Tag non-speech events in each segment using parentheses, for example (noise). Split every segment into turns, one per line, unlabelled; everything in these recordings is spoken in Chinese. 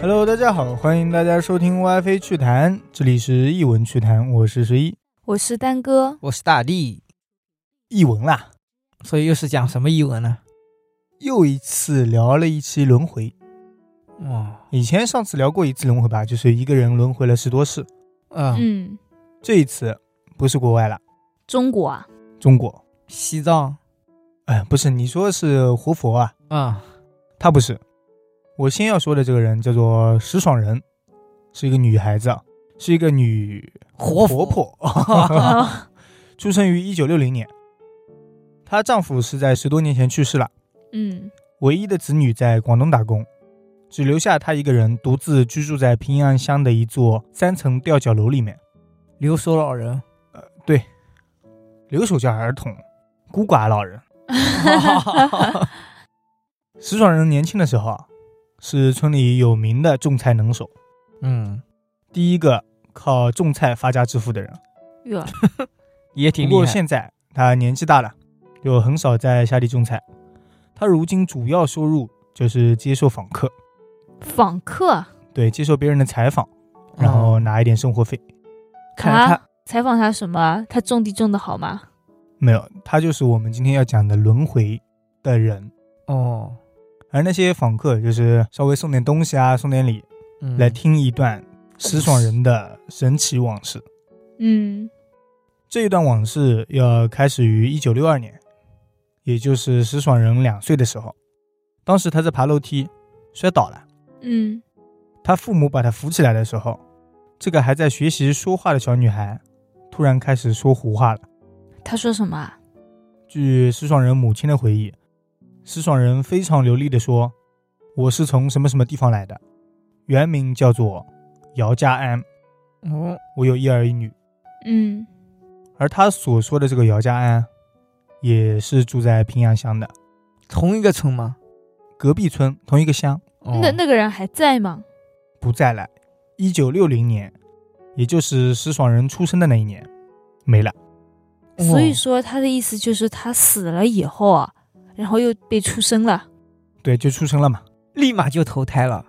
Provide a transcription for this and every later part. Hello，大家好，欢迎大家收听 YF 趣谈，这里是译文趣谈，我是十一，
我是丹哥，
我是大力，
译文啦，
所以又是讲什么译文呢？
又一次聊了一期轮回。
哦，
以前上次聊过一次轮回吧，就是一个人轮回了十多世。
嗯，
嗯，
这一次不是国外了，
中国啊，
中国。
西藏，
哎，不是，你说是活佛啊？
啊、
他不是。我先要说的这个人叫做石爽人，是一个女孩子啊，是一个女
活
婆
佛
婆， (laughs) 出生于一九六零年。她丈夫是在十多年前去世了，
(laughs) 嗯
唯一的子女在广东打工，只留下她一个人独自居住在平阳乡的一座三层吊脚楼里面。呃
留守
(laughs)
老人，
留守叫儿童，孤寡老人。石爽人年轻的时候啊，是村里有名的种菜能手，
嗯，
第一个靠种菜发家致富的人。
哟，
也
不
挺
过
厉害。
现在他年纪大了，就很少在下地种菜。他如今主要收入就是接受访客，
访客，
对，接受别人的采访，
哦
然后拿一点生活费。看来他、
啊，采访他什么？啊他种地种的好吗？
没有，他就是我们今天要讲的轮回的人。
哦，
而那些访客就是稍微送点东西啊，送点礼，
嗯
来听一段石爽人的神奇往事。
嗯
这一段往事要开始于一九六二年，也就是石爽人两岁的时候。当时他在爬楼梯，摔倒了。
嗯
他父母把他扶起来的时候，这个还在学习说话的小女孩突然开始说胡话了。
他说什么啊？
据石爽人母亲的回忆，石爽人非常流利地说：“我是从什么什么地方来的，原名叫做姚家安，
哦，
我有一儿一女。”
嗯
而他所说的这个姚家安，也是住在平阳乡的
同一个村吗？
隔壁村，同一个乡，
哦
那那个人还在吗？
不再来。一九六零年，也就是石爽人出生的那一年，没了。
哦
所以说他的意思就是他死了以后啊，然后又被出生了，
对，就出生了嘛。
立马就投胎了。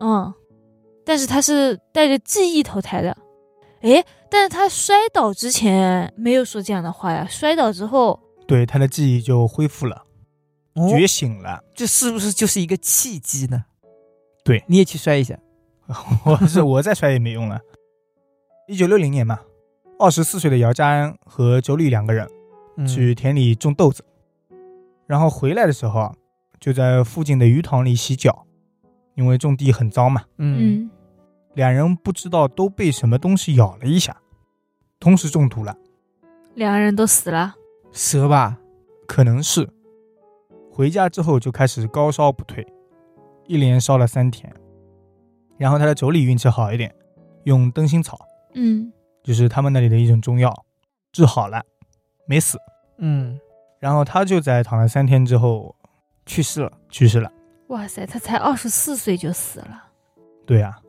嗯，但是他是带着记忆投胎的，诶，但是他摔倒之前没有说这样的话呀，摔倒之后，
对，他的记忆就恢复了，
哦
觉醒了。
这是不是就是一个契机呢？
对，
你也去摔一下。
(laughs) 我是我再摔也没用了。一九六零年嘛，二十四岁的姚家安和九里两个人
嗯
去田里种豆子，然后回来的时候啊，就在附近的鱼塘里洗脚，因为种地很脏嘛。
嗯，
两人不知道都被什么东西咬了一下，同时中毒了，
两个人都死了。
蛇吧，
可能是。回家之后就开始高烧不退，一连烧了三天。然后他的妯娌运气好一点，用灯芯草，
嗯
就是他们那里的一种中药，治好了，没死。
嗯，
然后他就在躺了三天之后
去世了。
去世了。，
哇塞，他才二十四岁就死了，
对啊，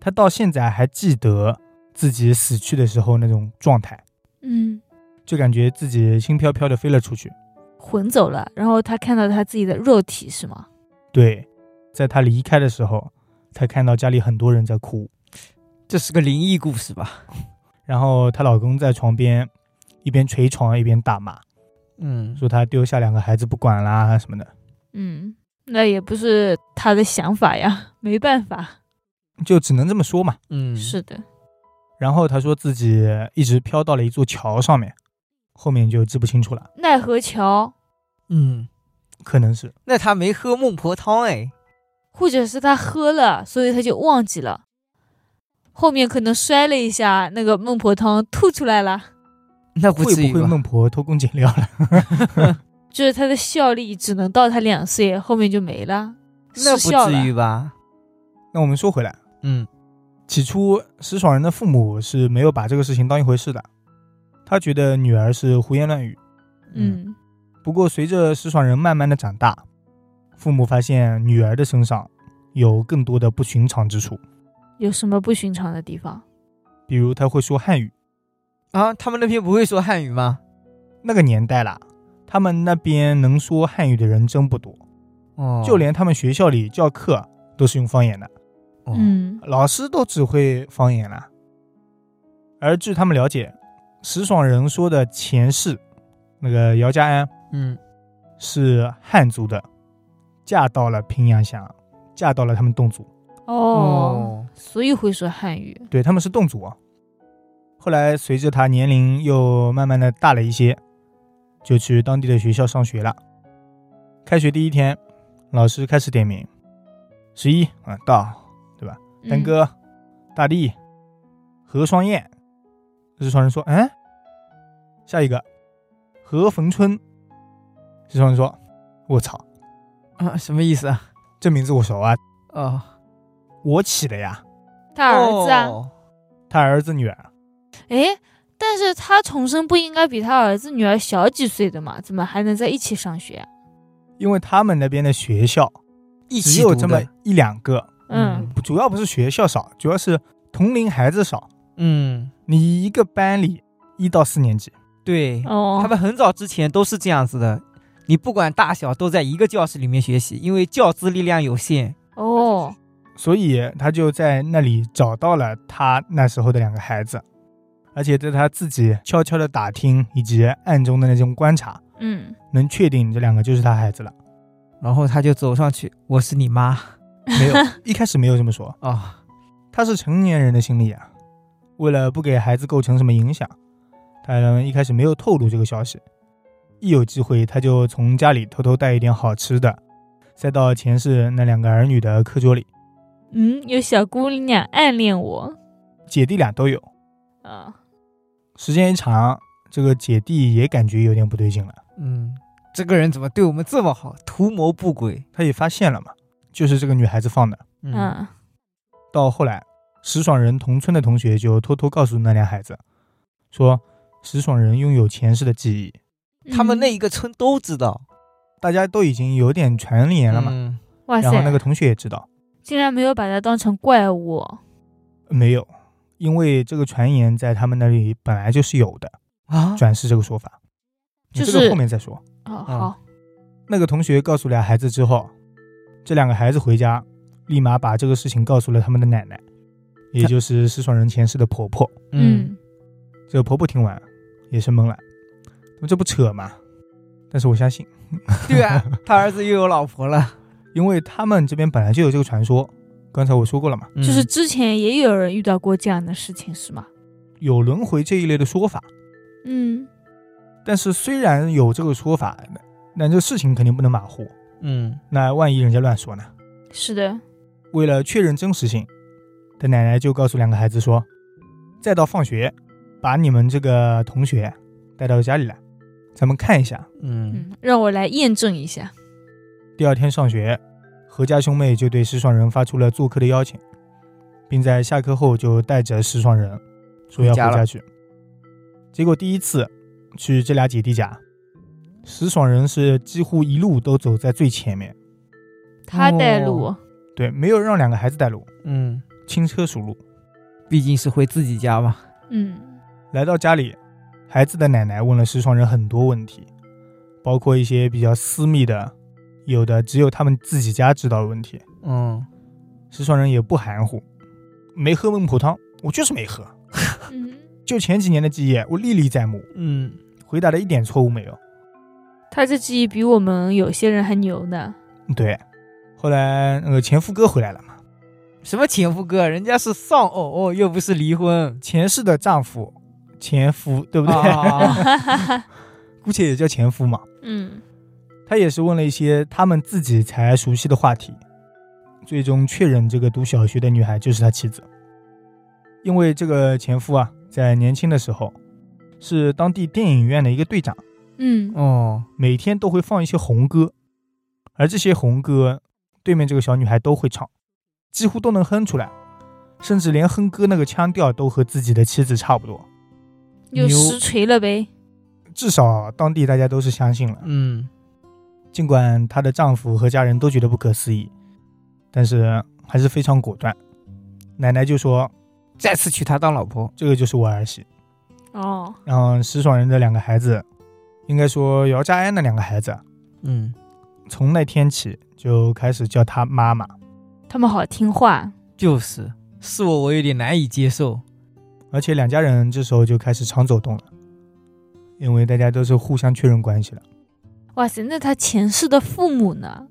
他到现在还记得自己死去的时候那种状态，
嗯，
就感觉自己轻飘飘的飞了出去。
魂走了，然后他看到他自己的肉体是吗？
对，在他离开的时候，才看到家里很多人在哭，
这是个灵异故事吧？
然后她老公在床边一边捶床一边大骂，
嗯，
说她丢下两个孩子不管啦什么的。
嗯，那也不是他的想法呀，没办法。
就只能这么说嘛。
嗯，
是的，
然后她说自己一直飘到了一座桥上面，后面就记不清楚了，
奈何桥，
嗯，
可能是
那他没喝孟婆汤哎。
或者是他喝了，所以他就忘记了。后面可能摔了一下，那个孟婆汤吐出来了，
那
会
不至于
不会
吧
孟婆偷工减料了？
就是他的效力只能到他两岁，后面就没了，
那
失
不
效
至
了。嗯
于吧？
那我们说回来，
嗯
起初石爽人的父母是没有把这个事情当一回事的，他觉得女儿是胡言乱语，
嗯
不过，随着石爽人慢慢的长大，父母发现女儿的身上有更多的不寻常之处，
有什么不寻常的地方？
比如她会说汉语。
啊，他们那边不会说汉语吗？
那个年代啦，他们那边能说汉语的人真不多，
哦
就连他们学校里教课都是用方言的。
哦，
嗯，
老师都只会方言了。而据他们了解，石爽人说的前世，那个姚家安
嗯
是汉族的，嫁到了平阳乡，嫁到了他们侗族，
哦，，所以会说汉语。
对，他们是侗族啊。后来随着他年龄又慢慢的大了一些，就去当地的学校上学了。开学第一天，老师开始点名，十一啊到，丹
嗯，
哥、大地、何双燕。日双人说：“嗯。”下一个何逢春。日双人说：“我操，
啊，什么意思啊？
这名字我熟啊，
哦，
我起的呀。
他儿子啊，
哦，”
他儿子女儿，
诶，但是他重生不应该比他儿子女儿小几岁的嘛？怎么还能在一起上学啊？
因为他们那边的学校
一
只
起
有
读
这么
的
一两个，
嗯，
主要不是学校少，主要是同龄孩子少。
嗯，
你一个班里一到四年级，
对，
哦，
他们很早之前都是这样子的，你不管大小都在一个教室里面学习，因为教资力量有限。
哦，
所以他就在那里找到了他那时候的两个孩子，而且在他自己悄悄的打听以及暗中的那种观察，
嗯，
能确定这两个就是他孩子了。
然后他就走上去，我是你妈
没
(laughs)
有，一开始没有这么说，
哦，
他是成年人的心理啊。为了不给孩子构成什么影响，他一开始没有透露这个消息。一有机会，他就从家里偷偷带一点好吃的，塞到前世那两个儿女的课桌里。
嗯，有小姑娘暗恋我
姐弟俩都有，
啊，
时间一长，这个姐弟也感觉有点不对劲了。
嗯，这个人怎么对我们这么好，图谋不轨？
他也发现了嘛，就是这个女孩子放的。
嗯
嗯，
到后来，石爽人同村的同学就偷偷告诉那俩孩子，说石爽人拥有前世的记忆，
他们那
嗯
一个村都知道，
大家都已经有点传言了嘛。
嗯
哇
然后
塞，
那个同学也知道，
竟然没有把他当成怪物，哦
没有，因为这个传言在他们那里本来就是有的，
啊，
转世这个说法，
就是
这个后面再说。
哦，好，
那个同学告诉俩孩子之后，这两个孩子回家，立马把这个事情告诉了他们的奶奶，也就是石爽人前世的婆婆。
嗯，
这个婆婆听完也是懵了，那这不扯吗？但是我相信，
对啊，他儿子又有老婆了，
因为他们这边本来就有这个传说，刚才我说过了嘛，
嗯，就是之前也有人遇到过这样的事情，是吗？
有轮回这一类的说法。
嗯，
但是虽然有这个说法，那这个事情肯定不能马虎。
嗯
那万一人家乱说呢？
是的，
为了确认真实性，他奶奶就告诉两个孩子说：“再到放学，把你们这个同学带到家里来，咱们看一下。
嗯
嗯，让我来验证一下，”
第二天上学，何家兄妹就对石爽人发出了做客的邀请，并在下课后就带着石爽人说要回
回家
家
了
去。结果第一次去这俩姐弟家，石爽人是几乎一路都走在最前面，
他带路，哦
对，没有让两个孩子带路，
哦嗯，
轻车熟路。
毕竟是回自己家嘛，
嗯，
来到家里，孩子的奶奶问了石爽人很多问题，包括一些比较私密的，有的只有他们自己家知道的问题。
嗯，
石爽人也不含糊，没喝孟婆汤，我就是没喝。
嗯，
就前几年的记忆，我历历在目，
嗯，
回答的一点错误没有。
他这记忆比我们有些人还牛呢，
对，后来那个前夫哥回来了嘛，
什么前夫哥，人家是丧偶，哦又不是离婚，
前世的丈夫，前夫对不对？
啊，
(laughs) 姑且也叫前夫嘛。
嗯，
他也是问了一些他们自己才熟悉的话题，最终确认这个读小学的女孩就是他妻子。因为这个前夫啊，在年轻的时候是当地电影院的一个队长，
嗯，
(laughs) 哦，
每天都会放一些红歌，而这些红歌对面这个小女孩都会唱，几乎都能哼出来，甚至连哼歌那个腔调都和自己的妻子差不多。
又
牛
实锤了呗，
至少当地大家都是相信了。
嗯，
尽管她的丈夫和家人都觉得不可思议，但是还是非常果断。奶奶就说
再次娶她当老婆：“，
这个就是我儿媳。
哦，”
然后石爽人的两个孩子，应该说姚家安的两个孩子，啊
嗯，
从那天起就开始叫她妈妈。
他们好听话，
就是，是我我有点难以接受。
而且两家人这时候就开始常走动了，因为大家都是互相确认关系了。
哇塞，那他前世的父母呢？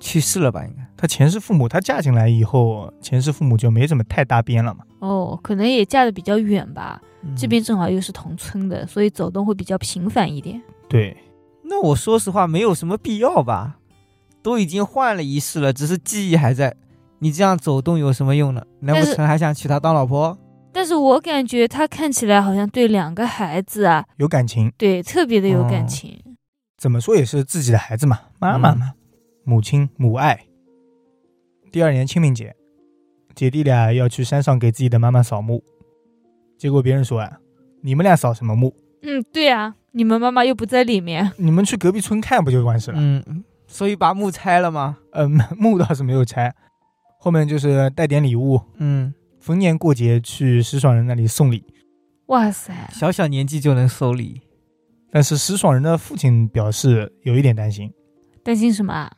去世了吧？应该
她前世父母，她嫁进来以后，前世父母就没怎么太搭边了嘛。
哦，可能也嫁的比较远吧，
嗯
这边正好又是同村的，所以走动会比较频繁一点。
对，
那我说实话没有什么必要吧，都已经换了一世了，只是记忆还在。你这样走动有什么用呢？难不
但是
成还想娶她当老婆？
但是我感觉他看起来好像对两个孩子啊，
有感情，
对特别的有
哦
感情。
怎么说也是自己的孩子嘛，妈妈
嗯
嘛，母亲母爱。第二年清明节，姐弟俩要去山上给自己的妈妈扫墓，结果别人说啊，你们俩扫什么墓？
嗯，对啊，你们妈妈又不在里面。
你们去隔壁村看不就完事了？
嗯，所以把墓拆了吗？
嗯、墓倒是没有拆，后面就是带点礼物，
嗯，
逢年过节去石爽人那里送礼。
哇塞，
小小年纪就能收礼，
但是石爽人的父亲表示有一点担心，
担心什么啊？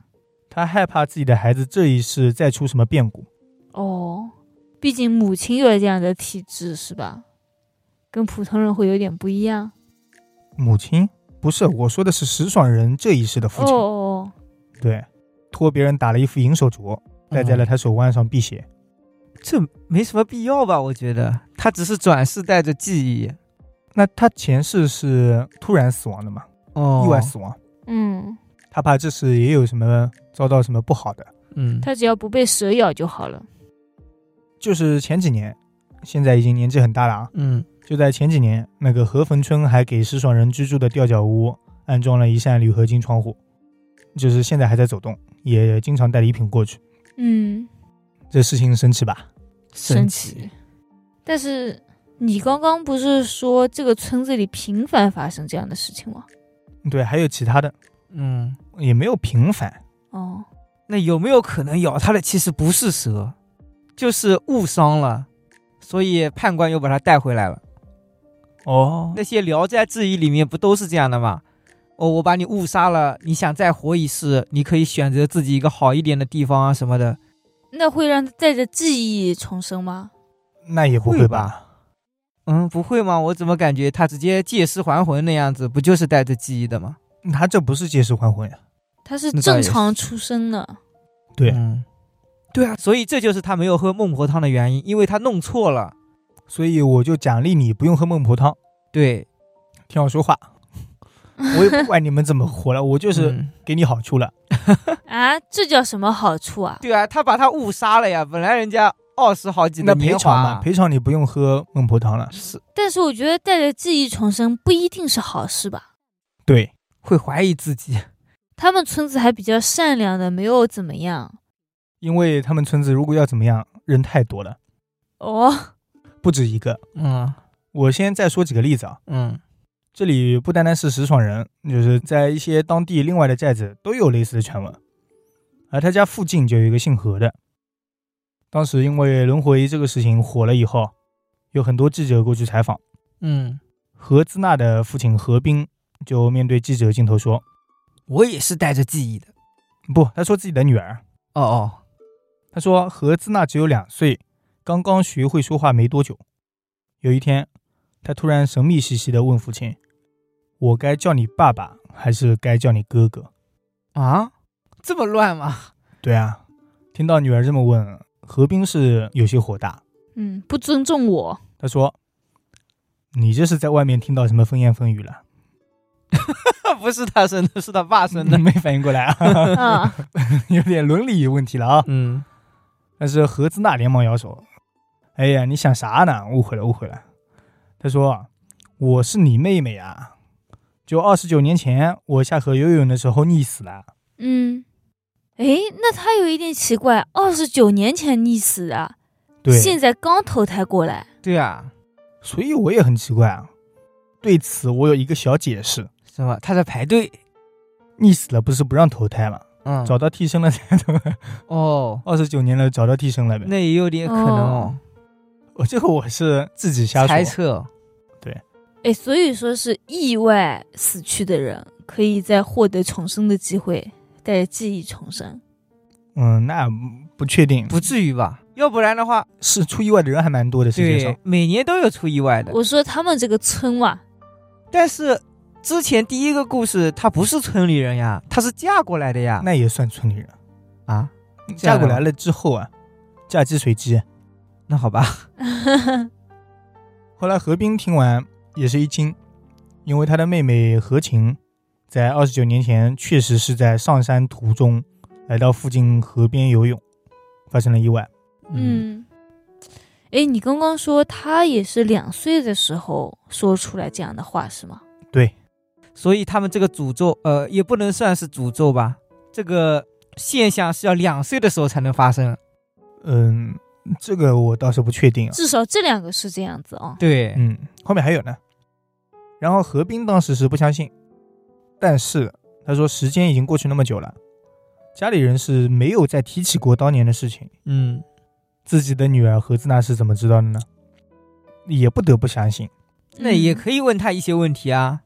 他害怕自己的孩子这一世再出什么变故。
哦，毕竟母亲有这样的体质是吧？跟普通人会有点不一样。
母亲不是，我说的是石爽人这一世的父
哦
亲，
哦，
对，托别人打了一副银手镯，戴在了
嗯
他手腕上辟邪。
这没什么必要吧？我觉得他只是转世带着记忆，
那他前世是突然死亡的嘛，
哦，
意外死亡，
哦嗯，
他怕这世也有什么遭到什么不好的。
嗯，
他只要不被蛇咬就好了。
就是前几年，现在已经年纪很大了啊，
嗯，
就在前几年，那个河汾村还给石爽人居住的吊脚屋安装了一扇铝合金窗户，就是现在还在走动，也经常带礼品过去。
嗯，
这事情生气吧？
神
奇。但是你刚刚不是说这个村子里频繁发生这样的事情吗？
对，还有其他的
嗯，
也没有频繁，
哦，
那有没有可能咬他的其实不是蛇，就是误伤了，所以判官又把他带回来了？
哦
那些《聊斋志异》里面不都是这样的吗？哦，我把你误杀了，你想再活一世，你可以选择自己一个好一点的地方啊什么的。
那会让他带着记忆重生吗？
那也不
会
会
吧
吧？
嗯，不会吗？我怎么感觉他直接借尸还魂那样子，不就是带着记忆的吗？
他这不是借尸还魂呀？
他是
那倒也
正
是
常出生的。
对啊
嗯，对啊，所以这就是他没有喝孟婆汤的原因，因为他弄错了。
所以我就奖励你不用喝孟婆汤，
对，
听我说话。我也不管你们怎么活了，我就是
嗯
给你好处了。
啊，这叫什么好处啊？
对啊，他把他误杀了呀。本来人家二十好几
那
的
赔
年
偿
华
嘛，，赔偿你不用喝孟婆汤了。
是
但是我觉得带着记忆重生不一定是好事吧。
对，
会怀疑
(laughs)
自己。
他们村子还比较善良的，没有怎么样。
因为他们村子如果要怎么样，人太多了，
哦，
不止一个。
嗯
我先再说几个例子啊，
嗯
这里不单单是石爽人，就是在一些当地另外的寨子都有类似的传闻。而他家附近就有一个姓何的，当时因为轮回这个事情火了以后，有很多记者过去采访。
嗯，
何兹娜的父亲何冰就面对记者镜头说
我也是带着记忆的。：“
不，他说自己的女儿，
哦哦，
他说何兹娜只有两岁，刚刚学会说话没多久。有一天，他突然神秘兮兮地问父亲：‘我该叫你爸爸，还是该叫你哥哥
啊，这么乱吗？？’ (laughs)
对啊，听到女儿这么问，何冰是有些火大。
嗯，不尊重 (laughs) 我。
他说：‘你这是在外面听到什么风言风语了？
不是他生的，是他爸生的。
(laughs) 没反应过来啊，
啊，
有点伦理问题了啊。’
嗯，
但是何兹娜连忙摇手：“哎呀，你想啥呢？误会了，误会了。”他说：“我是你妹妹啊！就二十九年前，我下河游泳的时候溺死了。
嗯，诶，那他有一点奇怪，二十九年前溺死的，
对，
现在刚投胎过来，
对啊，
所以我也很奇怪啊。对此，我有一个小解释：
什么？他在排队。
溺死了不是不让投胎吗？
嗯，
找到替身了 (laughs) 才投。
哦，
二十九年了，找到替身了呗。
那也有点可能哦，
我这个我是自己瞎
猜
说。
测。
诶，所以说是意外死去的人可以再获得重生的机会，带着记忆重生。
嗯，那不确定。
不至于吧？要不然的话，
是出意外的人还蛮多的世界上
对，，每年都有出意外的。
我说他们这个村哇，
但是之前第一个故事，她不是村里人呀，她是嫁过来的呀。
那也算村里人。
啊，
嫁过来了之后啊，嫁鸡随鸡。
那好吧，
嗯
后来何冰听完也是一惊，因为他的妹妹何晴在二十九年前确实是在上山途中来到附近河边游泳，发生了意外。
嗯，哎，你刚刚说他也是两岁的时候说出来这样的话是吗？
对，
所以他们这个诅咒，呃，也不能算是诅咒吧，这个现象是要两岁的时候才能发生。
嗯，这个我倒是不确定啊。
至少这两个是这样子啊、
对，
嗯，后面还有呢。然后何冰当时是不相信，但是他说时间已经过去那么久了，家里人是没有再提起过当年的事情。
嗯，
自己的女儿何自娜是怎么知道的呢？也不得不相信，
那也
以，
可以问他一些问题啊。
嗯
嗯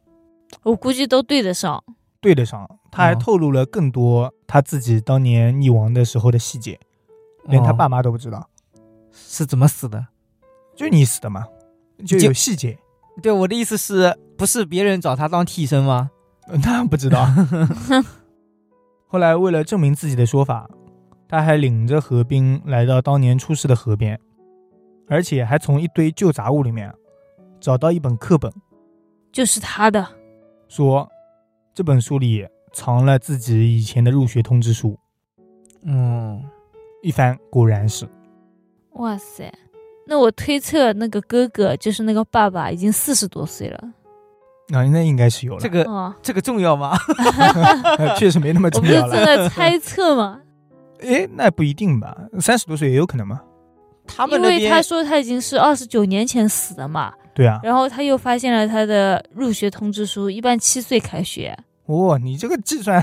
我估计都对得上。 (laughs)
对得上。他还
哦
透露了更多他自己当年溺亡的时候的细节，
嗯
连他爸妈都不知道。
哦是怎么死的？
就是你死的嘛，就有细节， (laughs)
对，我的意思是不是别人找他当替身吗？
呃那不知道。后来为了证明自己的说法，他还领着何冰来到当年出事的河边，而且还从一堆旧杂物里面找到一本课本，
就是他的，
说这本书里藏了自己以前的入学通知书。
嗯，
一翻，果然是
哇塞！那我推测那个哥哥就是那个爸爸，已经四十多岁了。
啊，那应该是有了，
这个
哦，
这个重要吗？
确实没那么
(laughs) 我
重
不是
要
正
了。
在猜测吗？
诶，那不一定吧，三十多岁也有可能嘛。
他们
因
那
为他
边
说他已经是二十九年前死的嘛，
对啊，
然后他又发现了他的入学通知书，一般七岁开学。
哦，你这个计算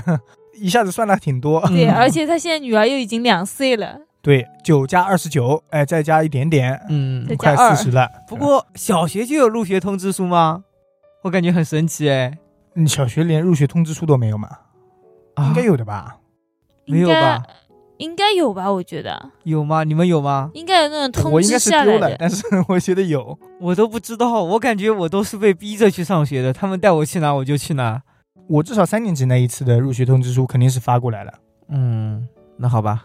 一下子算了挺多。
对，
嗯
而且他现在女儿又已经两岁了。
对，九加二十九，哎，再加一点点，
嗯
对，再加
快
二
四十了。
不过小学就有入学通知书吗？我感觉很神奇哎。
嗯你小学连入学通知书都没有嘛？应该
啊
有的吧？
没有
应该
吧？
应该有吧？我觉得
有吗？你们有吗？
应该有那种通
我应该
知
是
下
丢了，
来的。
但是 (laughs) 我觉得有。
我都不知道，我感觉我都是被逼着去上学的，他们带我去哪我就去哪。
我至少三年级那一次的入学通知书肯定是发过来了。
嗯，那好吧。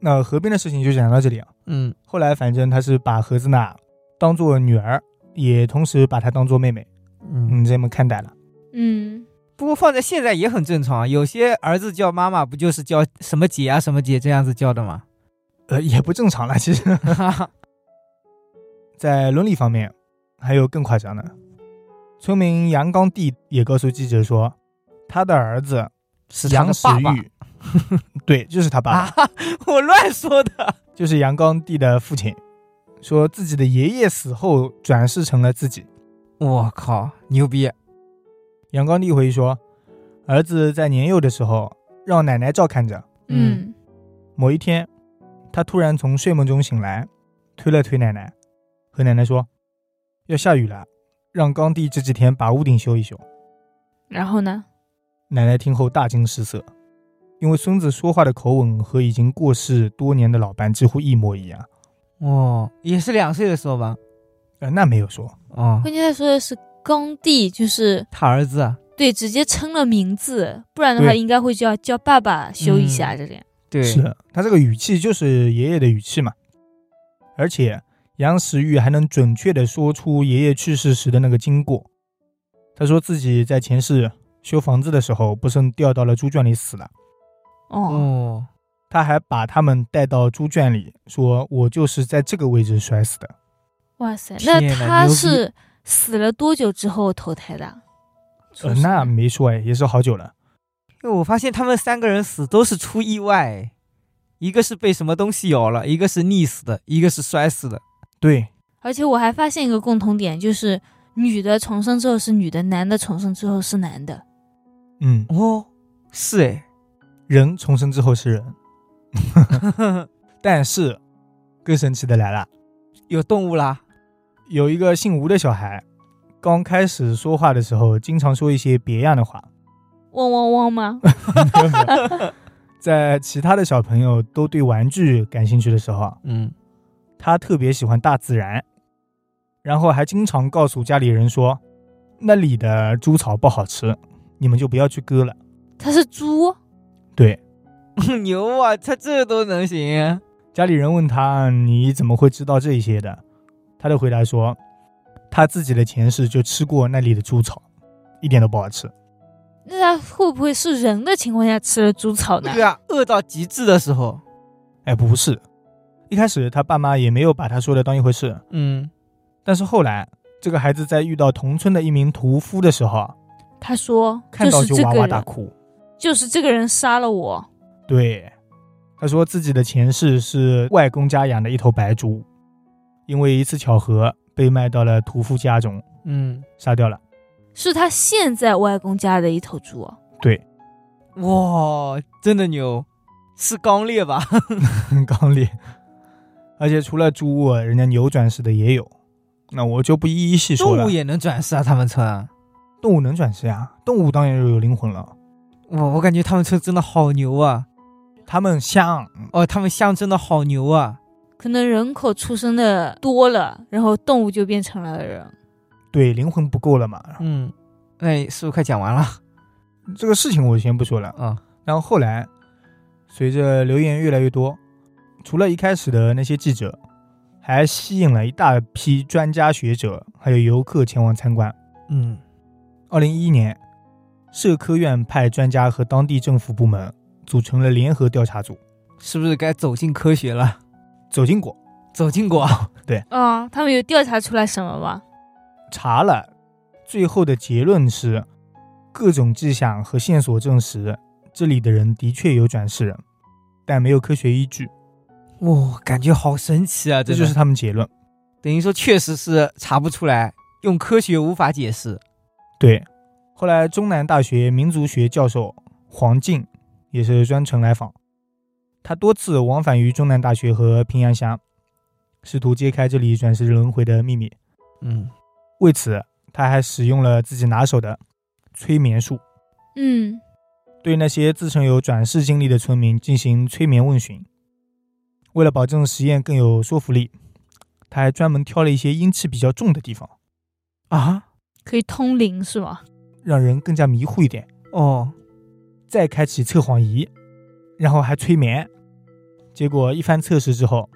那河边的事情就讲到这里啊。
嗯
后来反正他是把何子娜当做女儿，也同时把她当做妹妹，
嗯，
嗯，这么看待了。
嗯，
不过放在现在也很正常啊，有些儿子叫妈妈不就是叫什么姐啊什么姐这样子叫的吗？ (laughs)
呃，也不正常了。其实， (laughs)
哈哈，
在伦理方面，还有更夸张的。村民杨刚弟也告诉记者说，他的儿子
是他
杨
的
时
爸
玉， (laughs)
爸
对，就是他爸爸，
啊， (laughs) 我乱说的。
就是杨刚弟的父亲，说自己的爷爷死后转世成了自己。
我靠，牛逼！
杨刚弟回忆说，儿子在年幼的时候让奶奶照看着。
嗯
嗯，
某一天，他突然从睡梦中醒来，推了推奶奶，和奶奶说：“要下雨了，让刚弟这几天把屋顶修一修。”
然后呢？
奶奶听后大惊失色，因为孙子说话的口吻和已经过世多年的老伴几乎一模一样。
哦，也是两岁的时候吧？
呃，那没有说，
哦，
关键他说的是刚弟，就是
他儿子啊，
对，直接称了名字，不然的话
对嗯
应该会叫叫爸爸修一下这里。
对，
是他这个语气就是爷爷的语气嘛。而且杨时玉还能准确地说出爷爷去世时的那个经过。他说自己在前世修房子的时候不慎掉到了猪圈里死了。
哦，
哦，
他还把他们带到猪圈里，说我就是在这个位置摔死的。
哇塞，
天
那
哪
他
牛逼
是死了多久之后投胎的？
呃
出，生
那没说哎，也是好久了。
因为我发现他们三个人死都是出意外，一个是被什么东西咬了，一个是溺死的，一个是摔死的。
对，
而且我还发现一个共同点，就是女的重生之后是女的，男的重生之后是男的。
嗯，
哦，是哎，
人重生之后是人， (laughs) 但是更神奇的来了，
有动物啦。
有一个姓吴的小孩，刚开始说话的时候，经常说一些别样的话。 (laughs)
汪汪汪吗？
没有没有在其他的小朋友都对玩具感兴趣的时候啊，
嗯，
他特别喜欢大自然，然后还经常告诉家里人说，那里的猪草不好吃，你们就不要去割了。
它是猪，
对，
(laughs) 牛啊，他这都能行？啊
家里人问他你怎么会知道这些的，他的回答说，他自己的前世就吃过那里的猪草，一点都不好吃。
那它会不会是人的情况下吃了猪草呢？
对啊，饿到极致的时候，
哎，不是，一开始他爸妈也没有把他说的当一回事，
嗯，
但是后来这个孩子在遇到同村的一名屠夫的时候啊，
他说
看到
是
就
这
哇
个
哇大
人，
哭。
就是这个人杀了我。
对，他说自己的前世是外公家养的一头白猪，因为一次巧合被卖到了屠夫家中，
嗯，
杀掉了。
是他现在外公家的一头猪，哦
哇，真的牛，是刚烈吧？
很刚烈，而且除了猪，啊人家扭转世的也有，那我就不一一细说
动 (laughs)
了
物。也能转世啊？他们村，
动物能转世呀，动物当然有灵魂了。
我我感觉他们村真的好牛啊！
他们像
哦，他们乡真的好牛啊！
可能人口出生的多了，然后动物就变成了人。
对灵魂不够了嘛，
嗯，那是不是快讲完了？
这个事情我先不说了。
啊、
然后后来，随着留言越来越多，除了一开始的那些记者，还吸引了一大批专家学者还有游客前往参观。
嗯，
二零一一年，社科院派专家和当地政府部门组成了联合调查组，
是不是该走进科学了？
走进过
走进过，
啊、他们有调查出来什么吗？
查了，最后的结论是，各种迹象和线索证实，这里的人的确有转世人，但没有科学依据，
哇、感觉好神奇啊！
这
这
就
就是是
他们结论。
等于说，确实是查不出来，用科学无法解释。
对，后来中南大学民族学教授黄静也是专程来访，他多次往返于中南大学和平阳峡，试图揭开这里转世轮回的秘密。
嗯，
为此，他还使用了自己拿手的催眠术，
嗯，
对那些自称有转世经历的村民进行催眠问询。为了保证实验更有说服力，他还专门挑了一些阴气比较重的地方，
啊，
可以通灵是吗？
让人更加迷糊一点。
哦，
再开启测谎仪，然后还催眠。结果一番测试之后，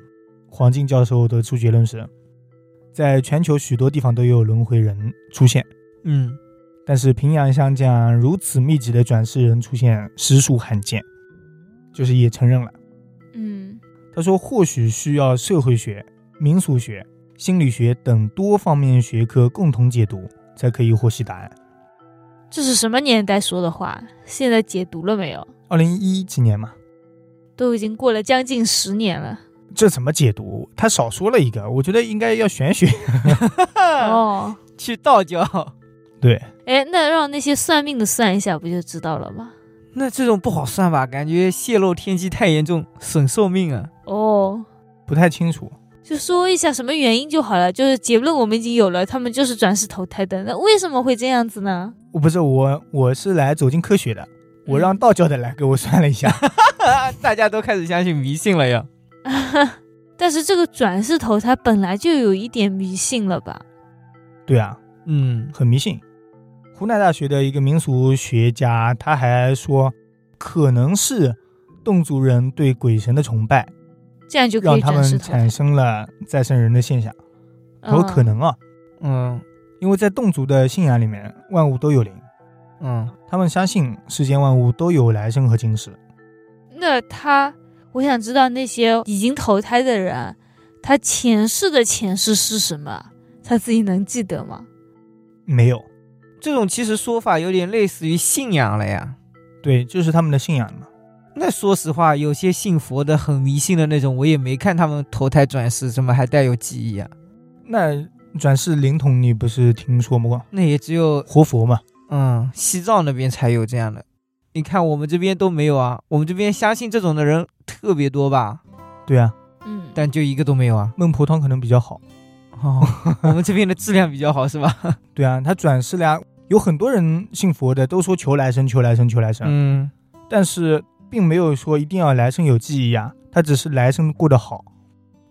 黄静教授得出结论是，在全球许多地方都有轮回人出现，
嗯，
但是平阳乡这样如此密集的转世人出现实属罕见，就是也承认了。
嗯，
他说，或许需要社会学、民俗学、心理学等多方面学科共同解读，才可以获悉答案。
这是什么年代说的话？现在解读了没有？
二零一几年嘛，
都已经过了将近十年了。
这怎么解读？他少说了一个，我觉得应该要玄学。 (laughs)
哦，
去道教，
对，
哎，那让那些算命的算一下，不就知道了吗？
那这种不好算吧？感觉泄露天机太严重，损寿命啊！
哦，
不太清楚。
就说一下什么原因就好了。就是结论我们已经有了，他们就是转世投胎的。那为什么会这样子呢？
我不是我，我是来走进科学的。我让道教的来给我算了一下， (laughs)
啊大家都开始相信迷信了呀。
(laughs) 但是这个转世投胎本来就有一点迷信了吧？
对啊，
嗯，
很迷信。湖南大学的一个民俗学家，他还说，可能是侗族人对鬼神的崇拜，
这样就可
让
以
他
转世嗯
们
投胎
产？生了再生人的现象，有可能啊，
嗯
因为在侗族的信仰里面，万物都有灵，
嗯，
他们相信世间万物都有来生和今世。
嗯。那他，我想知道那些已经投胎的人，他前世的前世是什么？他自己能记得吗？
没有，
这种其实说法有点类似于信仰了呀。
对，就是他们的信仰嘛。
那说实话，有些信佛的很迷信的那种，我也没看他们投胎转世，怎么还带有记忆啊？
那转世灵童，你不是听说过
那也只有
活佛嘛？
嗯西藏那边才有这样的。你看我们这边都没有啊，我们这边相信这种的人特别多吧，
对啊，
嗯，
但就一个都没有啊。
孟婆汤可能比较好。
哦， (laughs) 我们这边的质量比较好是吧？
对啊，他转嗯世了呀，有很多人信佛的都说求来生，求来生，求来生，
嗯
但是并没有说一定要来生有记忆啊，他只是来生过得好。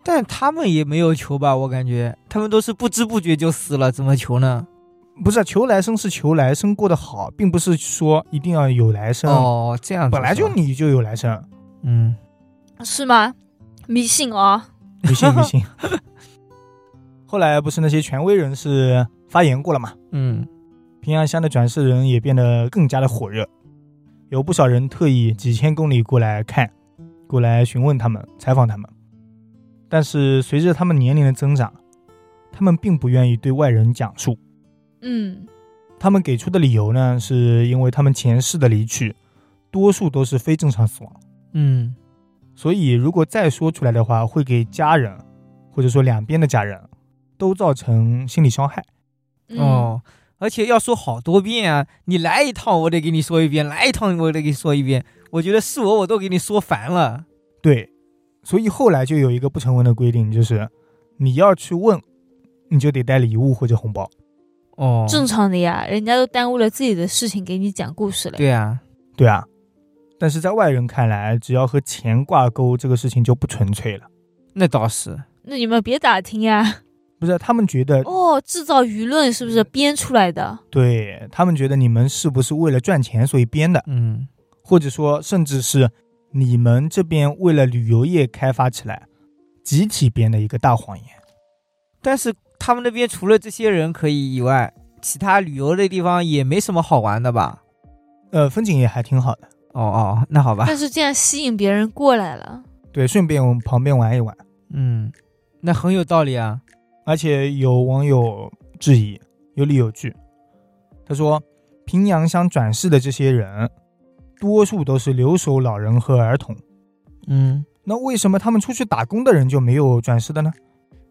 但他们也没有求吧，我感觉他们都是不知不觉就死了，怎么求呢？
不是啊求来生是求来生过得好，并不是说一定要有来生。
哦，这样子
啊本来就是
吧
你就有来生，
嗯，
是吗？迷信啊、
你信不信？ (laughs) 后来不是那些权威人士发言过了嘛？
(laughs) 嗯，
平安乡的转世人也变得更加的火热，有不少人特意几千公里过来看，过来询问他们、采访他们。但是随着他们年龄的增长，他们并不愿意对外人讲述。
嗯，
他们给出的理由呢，是因为他们前世的离去，多数都是非正常死亡，
嗯，
所以如果再说出来的话，会给家人，或者说两边的家人，都造成心理伤害。
嗯，
哦，而且要说好多遍啊！你来一趟，我得给你说一遍；来一趟，我得给你说一遍。我觉得是我，我都给你说烦了。
对，所以后来就有一个不成文的规定，就是你要去问，你就得带礼物或者红包。
哦，
正常的呀，人家都耽误了自己的事情给你讲故事了。
对啊，
对啊，但是在外人看来，只要和钱挂钩，这个事情就不纯粹了。
那倒是。
那你们别打听呀。
不是，他们觉得，
哦，制造舆论是不是编出来的？
啊对他们觉得你们是不是为了赚钱所以编的，
嗯，
或者说，甚至是你们这边为了旅游业开发起来，集体编的一个大谎言。
但是他们那边除了这些人可以以外，其他旅游的地方也没什么好玩的吧？
呃，风景也还挺好的，
哦哦，那好吧。
但是这样吸引别人过来了。
对，顺便我们旁边玩一玩。
嗯，那很有道理啊。
而且有网友质疑，有理有据。他说，平阳乡转世的这些人，多数都是留守老人和儿童。
嗯，
那为什么他们出去打工的人就没有转世的呢？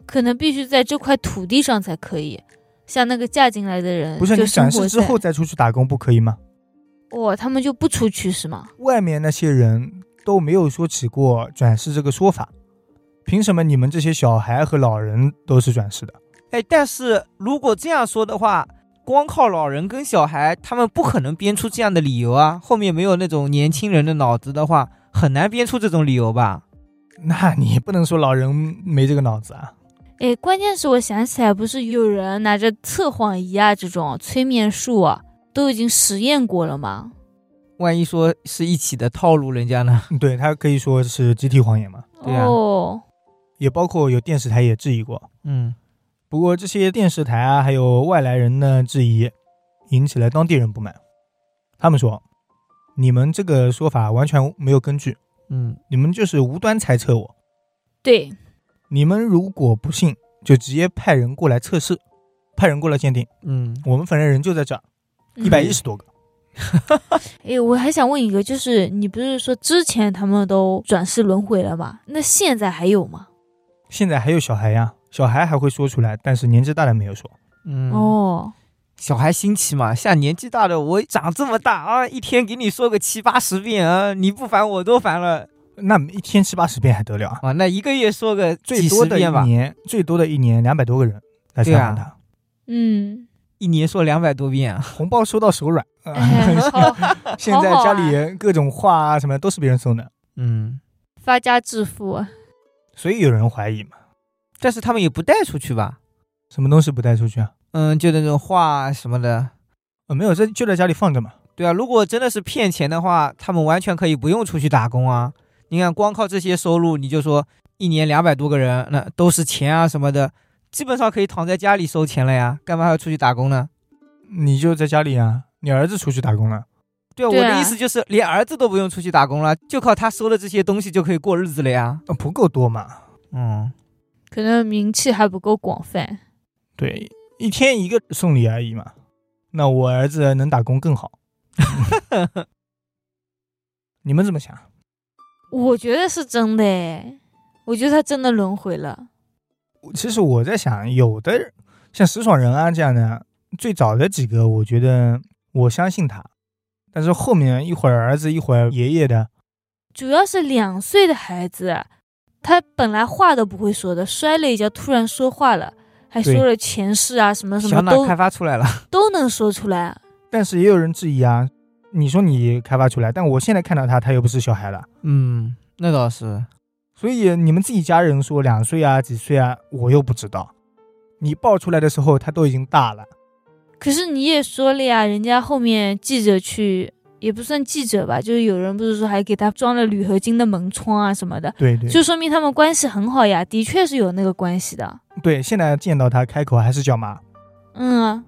可能必须在这块土地上才可以。像那个嫁进来的人，
不是
就
你转
生活
世之后
在
再出去打工不可以吗？
哦，他们就不出去是吗？
外面那些人都没有说起过转世这个说法，凭什么你们这些小孩和老人都是转世的？
哎，但是如果这样说的话，光靠老人跟小孩，他们不可能编出这样的理由啊。后面没有那种年轻人的脑子的话，很难编出这种理由吧？
那你不能说老人没这个脑子啊？
哎，关键是我想起来，不是有人拿着测谎仪啊这种催眠术啊，都已经实验过了吗？
万一说是一起的套路人家呢？
对他可以说是集体谎言嘛，
对啊
哦，
也包括有电视台也质疑过，
嗯，
不过这些电视台啊，还有外来人的质疑，引起了当地人不满。他们说：“你们这个说法完全没有根据，
嗯，
你们就是无端猜测我。
对，
你们如果不信，就直接派人过来测试，派人过来鉴定。
嗯，
我们反正人就在这儿，一百一十多个。
哎，我还想问一个，就是你不是说之前他们都转世轮回了吗？那现在还有吗？
现在还有小孩呀，小孩还会说出来，但是年纪大的没有说。
嗯，
哦，
小孩新奇嘛，像年纪大的我长这么大啊，一天给你说个七八十遍啊，你不烦我都烦了
那一天七八十遍还得了啊？
啊。那一个月说个
最
几
多
十
的一
遍吧，
年，最多的一年两百多个人来采访
对啊
他， (laughs)
嗯，
一年说两百多遍啊。
红包收到手软。啊
哎，好，
现在家里各种画啊什么都是别人送的，
嗯，
发家致富啊，
所以有人怀疑嘛，
但是他们也不带出去吧？
什么东西不带出去啊？
嗯，就那种画什么的。
呃，没有，这就在家里放着嘛。
对啊，如果真的是骗钱的话，他们完全可以不用出去打工啊。你看，光靠这些收入，你就说一年两百多个人，那都是钱啊什么的，基本上可以躺在家里收钱了呀，干嘛还要出去打工呢？
你就在家里啊，你儿子出去打工了，
对啊，
对啊
我的意思就是，连儿子都不用出去打工了，就靠他收的这些东西就可以过日子了呀。
呃不够多嘛？
嗯，
可能名气还不够广泛。
对，一天一个送礼而已嘛。那我儿子能打工更
(laughs)
好。你们怎么想？
我觉得是真的诶，我觉得他真的轮回了。
其实我在想，有的像石爽人啊这样的，最早的几个，我觉得我相信他，但是后面一会儿儿子一会儿爷爷的，
主要是两岁的孩子，他本来话都不会说的，摔了一跤突然说话了，还
对
说了前世啊什么什
嗯小
么
脑
都
开发出来了。
都能说出来。
但是也有人质疑啊，你说你开发出来，但我现在看到他，他又不是小孩了，
(laughs) 嗯，那倒是，
所以你们自己家人说两岁啊、几岁啊，我又不知道。你爆出来的时候，他都已经大了。
可是你也说了呀，人家后面记者去也不算记者吧，就是有人不是说还给他装了铝合金的门窗啊什么的，
对对
就说明他们关系很好呀，的确是有那个关系的。
对，现在见到他开口还是叫妈，
嗯啊，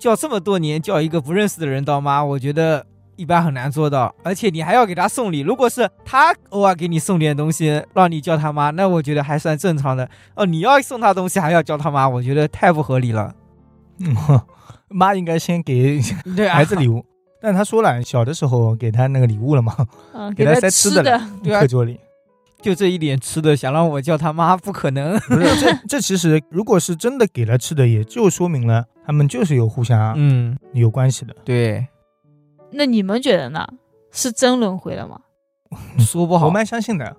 叫这么多年叫一个不认识的人当妈，我觉得一般很难做到，而且你还要给他送礼。如果是他偶尔给你送点东西，让你叫他妈，那我觉得还算正常的。哦，你要送他东西还要叫他妈，我觉得太不合理了。
嗯呵 (laughs) 妈应该先给
对啊，
孩子 (laughs) 礼物。但他说了，小的时候给他那个礼物 (laughs) 了嘛，
嗯，
给他
给
塞
他
吃
吃
的
的，
对啊
课，桌里。
就这一点吃的，想让我叫他妈，不可能。
不是 (laughs) 这这其实如果是真的给了吃的，也就说明了他们就是有互相
嗯，
有关系的。
对，
那你们觉得呢？是真轮回了吗？
嗯说不
我
好。
蛮相信的，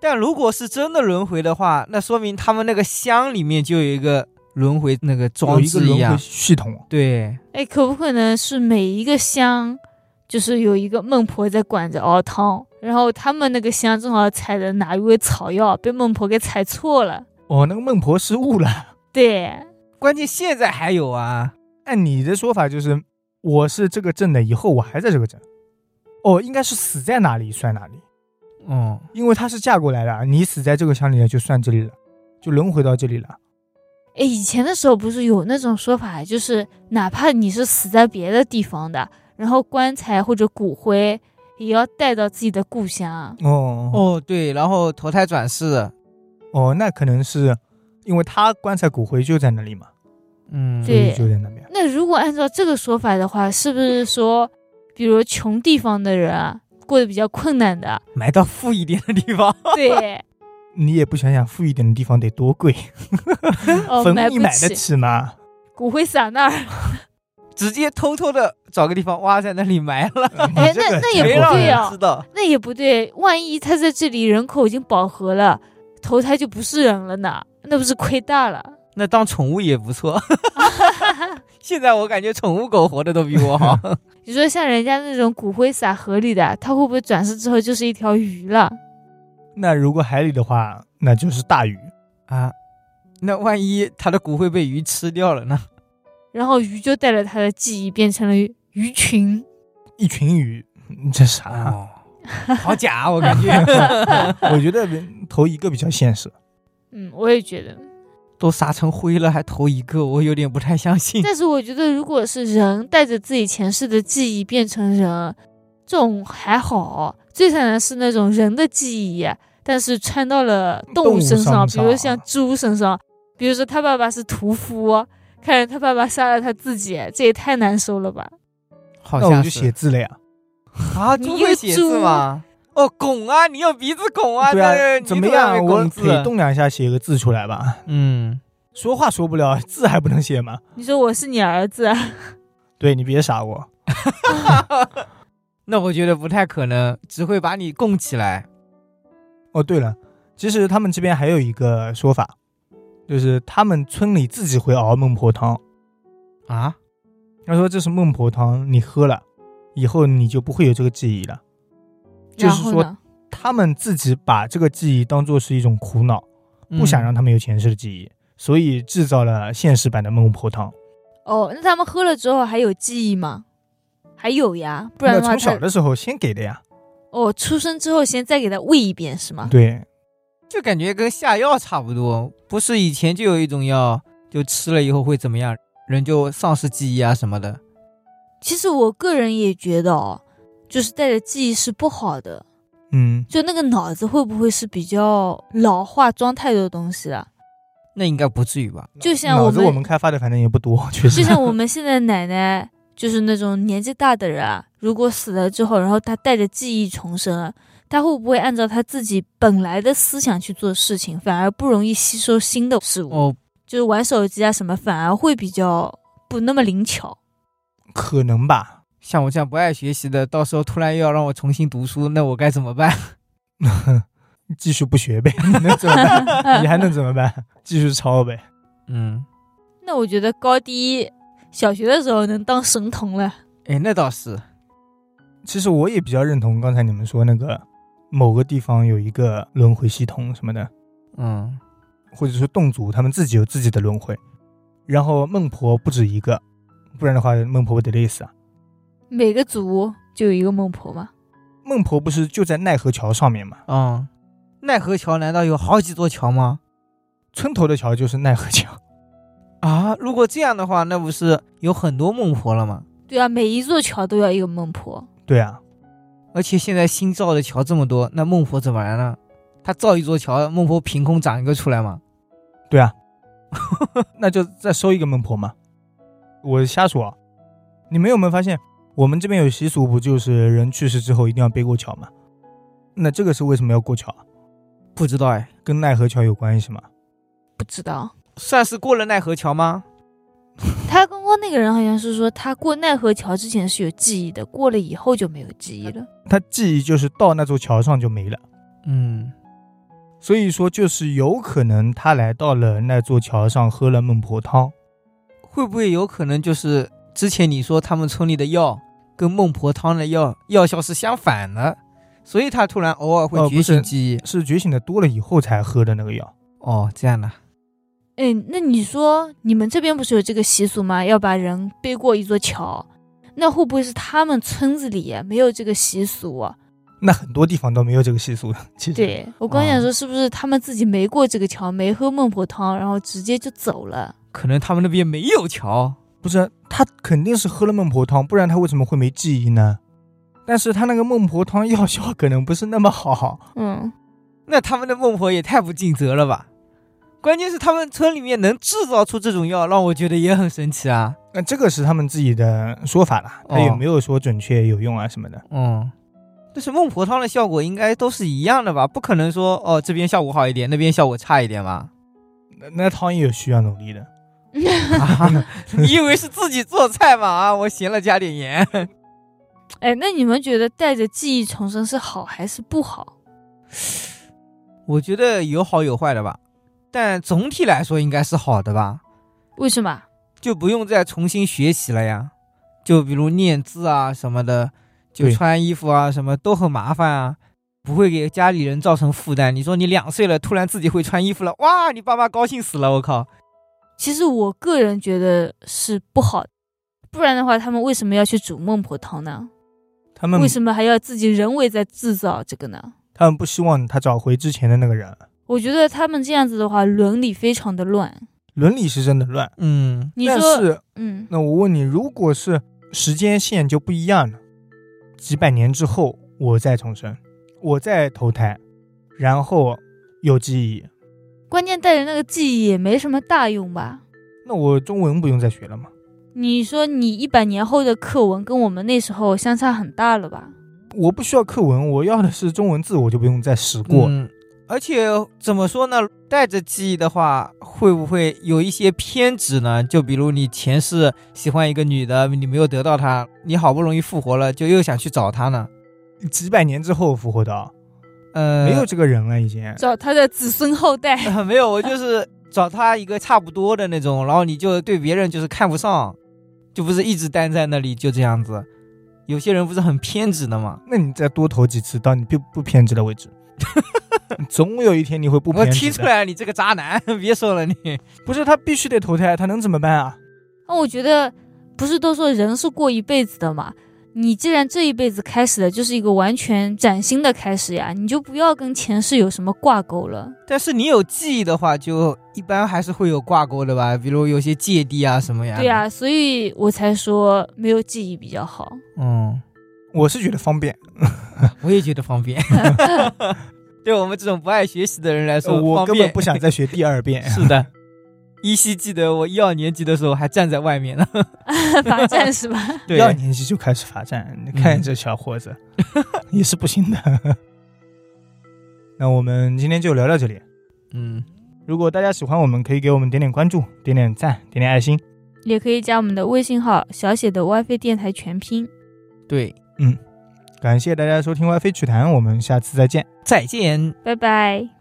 但如果是真的轮回的话，那说明他们那个箱里面就有一个轮回那个
有
装
一个
置一
轮回
样。
系统。
对，
哎，可不可能是每一个乡，就是有一个孟婆在管着熬汤，然后他们那个乡正好采的哪一味草药被孟婆给采错了？
哦，那个孟婆失误了。 (laughs)
对，
关键现在还有啊。
按你的说法，就是我是这个镇的，以后我还在这个镇。哦，应该是死在哪里算哪里，
嗯，
因为她是嫁过来的，啊你死在这个乡里了就算这里了，就轮回到这里了。
哎，以前的时候不是有那种说法，就是哪怕你是死在别的地方的，然后棺材或者骨灰也要带到自己的故乡。
哦哦
哦，对，然后投胎转世，
哦，那可能是因为她棺材骨灰就在那里嘛，
嗯，
所以
对
就在那边。
那如果按照这个说法的话，是不是说，比如穷地方的人啊，过得比较困难的，
埋到富一点的地方， (laughs)
(laughs)
对，
你也不想想富裕点的地方得多贵，
哦，
坟
买
墓你
不
买得
起，
起吗？
骨灰撒那儿，
直接偷偷的找个地方挖在那里埋了，
你
(laughs) 哎
这
那
个
那也
太
没
过
不
让
分
对
了
啊
人知道。
那也不对。万一他在这里人口已经饱和了，投胎就不是人了呢，那不是亏大了？
那当宠物也不
(laughs)
错。现在我感觉宠物狗活的都比我
(laughs)
好。
你说像人家那种骨灰撒河里的，他会不会转世之后就是一条鱼了？
那如果海里的话，那就是大鱼。
啊，那万一他的骨灰被鱼吃掉了呢？
然后鱼就带着他的记忆变成了鱼群。
一群鱼，嗯这啥？
哦，好假、啊，我感觉
我觉得投一个比较现实。
嗯，我也觉得。
都撒成灰了，还投一个，我有点不太
(laughs)
相信。
但是我觉得，如果是人带着自己前世的记忆变成人，这种还好。最惨的是那种人的记忆，但是穿到了动物身
动物
上，
身上啊
比如像猪身上，比如说他爸爸是屠夫，看着他爸爸杀了他自己，这也太难受了吧？
好
那我
像
就是写字了呀。
啊，
你
猪
一个
会写字
猪
吗？哦，拱啊，你用鼻子拱啊，
对
那
啊，
个
怎
泥
么
土上
样？
面
我
拱
可以
字。啊
动两下写一个字出来吧？
嗯， (laughs)
说话说不了，字还不能写吗？
你说我是你儿子，啊
对你别傻我。
那我觉得不太可能，只会把你供起来。
哦，对了，其实他们这边还有一个说法，就是他们村里自己会熬孟婆汤。
啊，
他说这是孟婆汤，你喝了以后你就不会有这个记忆了。就是
然后
说
呢？
他们自己把这个记忆当做是一种苦恼，
嗯
不
嗯
想让他们有前世的记忆，所以制造了现实版的孟婆汤。
哦，那他们喝了之后还有记忆吗？还有呀，不然
那
的话
从小
他
的时候先给的呀。
哦，出生之后先再给他喂一遍是吗？
对，
就感觉跟下药差不多。不是以前就有一种药，就吃了以后会怎么样，人就丧失记忆啊什么的。
其实我个人也觉得哦，就是带着记忆是不好的，
嗯，
就那个脑子会不会是比较老化，装太多东西啊了？
那应该不至于吧？
就像
脑
我
子
们，
我们开发的反正也不多，确
(laughs) 就
实。
像我们现在奶奶，就是那种年纪大的人啊，如果死了之后，然后她带着记忆重生，啊她会不会按照她自己本来的思想去做事情，反而不容易吸收新的事物？
哦，
就是玩手机啊什么，反而会比较不那么灵巧。
可能吧。
像我这样不爱学习的，到时候突然又要让我重新读书，那我该怎么办？
继续不学呗， (laughs) 你能怎么 (laughs) 办？你还能怎么办？继续抄呗。
嗯，
(laughs) 那我觉得高低小学的时候能当神童了。
哎，那倒是。
其实我也比较认同刚才你们说那个某个地方有一个轮回系统什么的，
嗯，
或者说洞族他们自己有自己的轮回，然后孟婆不止一个，不然的话孟婆不得累死啊。
每个族就有一个孟婆嘛，
孟婆不是就在奈何桥上面吗？
啊、奈何桥难道有好几座桥吗？
村头的桥就是奈何桥， (laughs)
啊，如果这样的话，那不是有很多孟婆了吗？
对啊，每一座桥都要一个孟婆，
对啊，
而且现在新造的桥这么多，那孟婆怎么来呢？他造一座桥，孟婆凭空长一个出来吗？
对啊， (laughs) 那就再收一个孟婆嘛。我瞎说啊，你们有没有发现我们这边有习俗，不就是人去世之后一定要背过桥吗？那这个是为什么要过桥啊？
不知道哎，
跟奈何桥有关系吗？
不知道。
算是过了奈何桥吗？
他刚刚那个人好像是说，他过奈何桥之前是有记忆的，过了以后就没有记忆了。
他记忆就是到那座桥上就没了，
嗯，
所以说就是有可能他来到了那座桥上喝了孟婆汤，
会不会有可能就是之前你说他们村里的药跟孟婆汤的药药效是相反的，所以他突然偶尔
哦
会
不
觉
是
醒记忆？
是觉醒的多了以后才喝的那个药。
哦，这样的，
哎，那你说你们这边不是有这个习俗吗？要把人背过一座桥，那会不会是他们村子里没有这个习俗啊？
那很多地方都没有这个习俗的，其实。
对我刚想说，是不是他们自己没过这个桥，没喝孟婆汤，然后直接就走了？
可能他们那边没有桥。
不是，啊他肯定是喝了孟婆汤，不然他为什么会没记忆呢？但是他那个孟婆汤药效可能不是那么好，
嗯，
那他们的孟婆也太不尽责了吧？关键是他们村里面能制造出这种药，让我觉得也很神奇啊。
那这个是他们自己的说法啦，他
哦
也没有说准确有用啊什么的。
嗯，但是孟婆汤的效果应该都是一样的吧？不可能说哦这边效果好一点，那边效果差一点吧？
那那汤也有需要努力的，
啊、 (laughs) 你以为是自己做菜吗？啊，我咸了加点盐。 (laughs)
哎，那你们觉得带着记忆重生是好还是不好？
我觉得有好有坏的吧，但总体来说应该是好的吧，
为什么？
就不用再重新学习了呀。就比如念字啊什么的，就
对
穿衣服啊什么都很麻烦啊，不会给家里人造成负担。你说你两岁了，突然自己会穿衣服了，哇，你爸妈高兴死了，我靠！
其实我个人觉得是不好的，不然的话，他们为什么要去煮孟婆汤呢？
他们
为什么还要自己人为在制造这个呢？
他们不希望他找回之前的那个人，
我觉得他们这样子的话，伦理非常的乱。
伦理是真的乱。
嗯，
你
但
说，
是
嗯，
那我问你，如果是时间线就不一样了，几百年之后我再重生，我再投胎，然后有记忆，
关键带着那个记忆也没什么大用吧？
那我中文不用再学了吗？
你说你一百年后的课文跟我们那时候相差很大了吧？
我不需要课文，我要的是中文字，我就不用再识过。
嗯而且怎么说呢，带着记忆的话，会不会有一些偏执呢？就比如你前世喜欢一个女的，你没有得到她，你好不容易复活了，就又想去找她呢？
几百年之后复活的啊，
呃，
没有这个人了，已经。
找他的子孙后代。
啊， (laughs) 没有，我就是找他一个差不多的那种，然后你就对别人就是看不上，就不是一直待在那里就这样子。有些人不是很偏执的嘛，
那你再多投几次，到你不不偏执的为止。
(laughs)
总有一天你会不
我
偏
听
执
出
的。
来你这个渣男， (laughs) 别说了你。
不是他必须得投胎，他能怎么办啊？
那我觉得，不是都说人是过一辈子的嘛？你既然这一辈子开始的就是一个完全崭新的开始呀，你就不要跟前世有什么挂钩了。
但是你有记忆的话，就一般还是会有挂钩的吧，比如有些芥蒂啊什么呀。
对呀、所以我才说没有记忆比较好。 (laughs)
嗯，
我是觉得方便，
我也觉得方便。 (laughs) 对我们这种不爱学习的人来说，
呃我
呃方
根
便
本不想。再学第二 (laughs) 遍。
(laughs) 是的，依稀记得我一二年级的时候还站在外面呢。 (laughs)
罚站是吧？ (laughs)
对
第二年级就开始罚站，你看这小伙子、
嗯
也是不行的。 (laughs) 那我们今天就聊到这里。
嗯，
如果大家喜欢我们，可以给我们点点关注、点点赞、点点爱心。
也可以加我们的微信号小写的 WiFi 电台全拼。
对，
感谢大家收听《歪飞曲谈》，我们下次再见。
再见。
拜拜。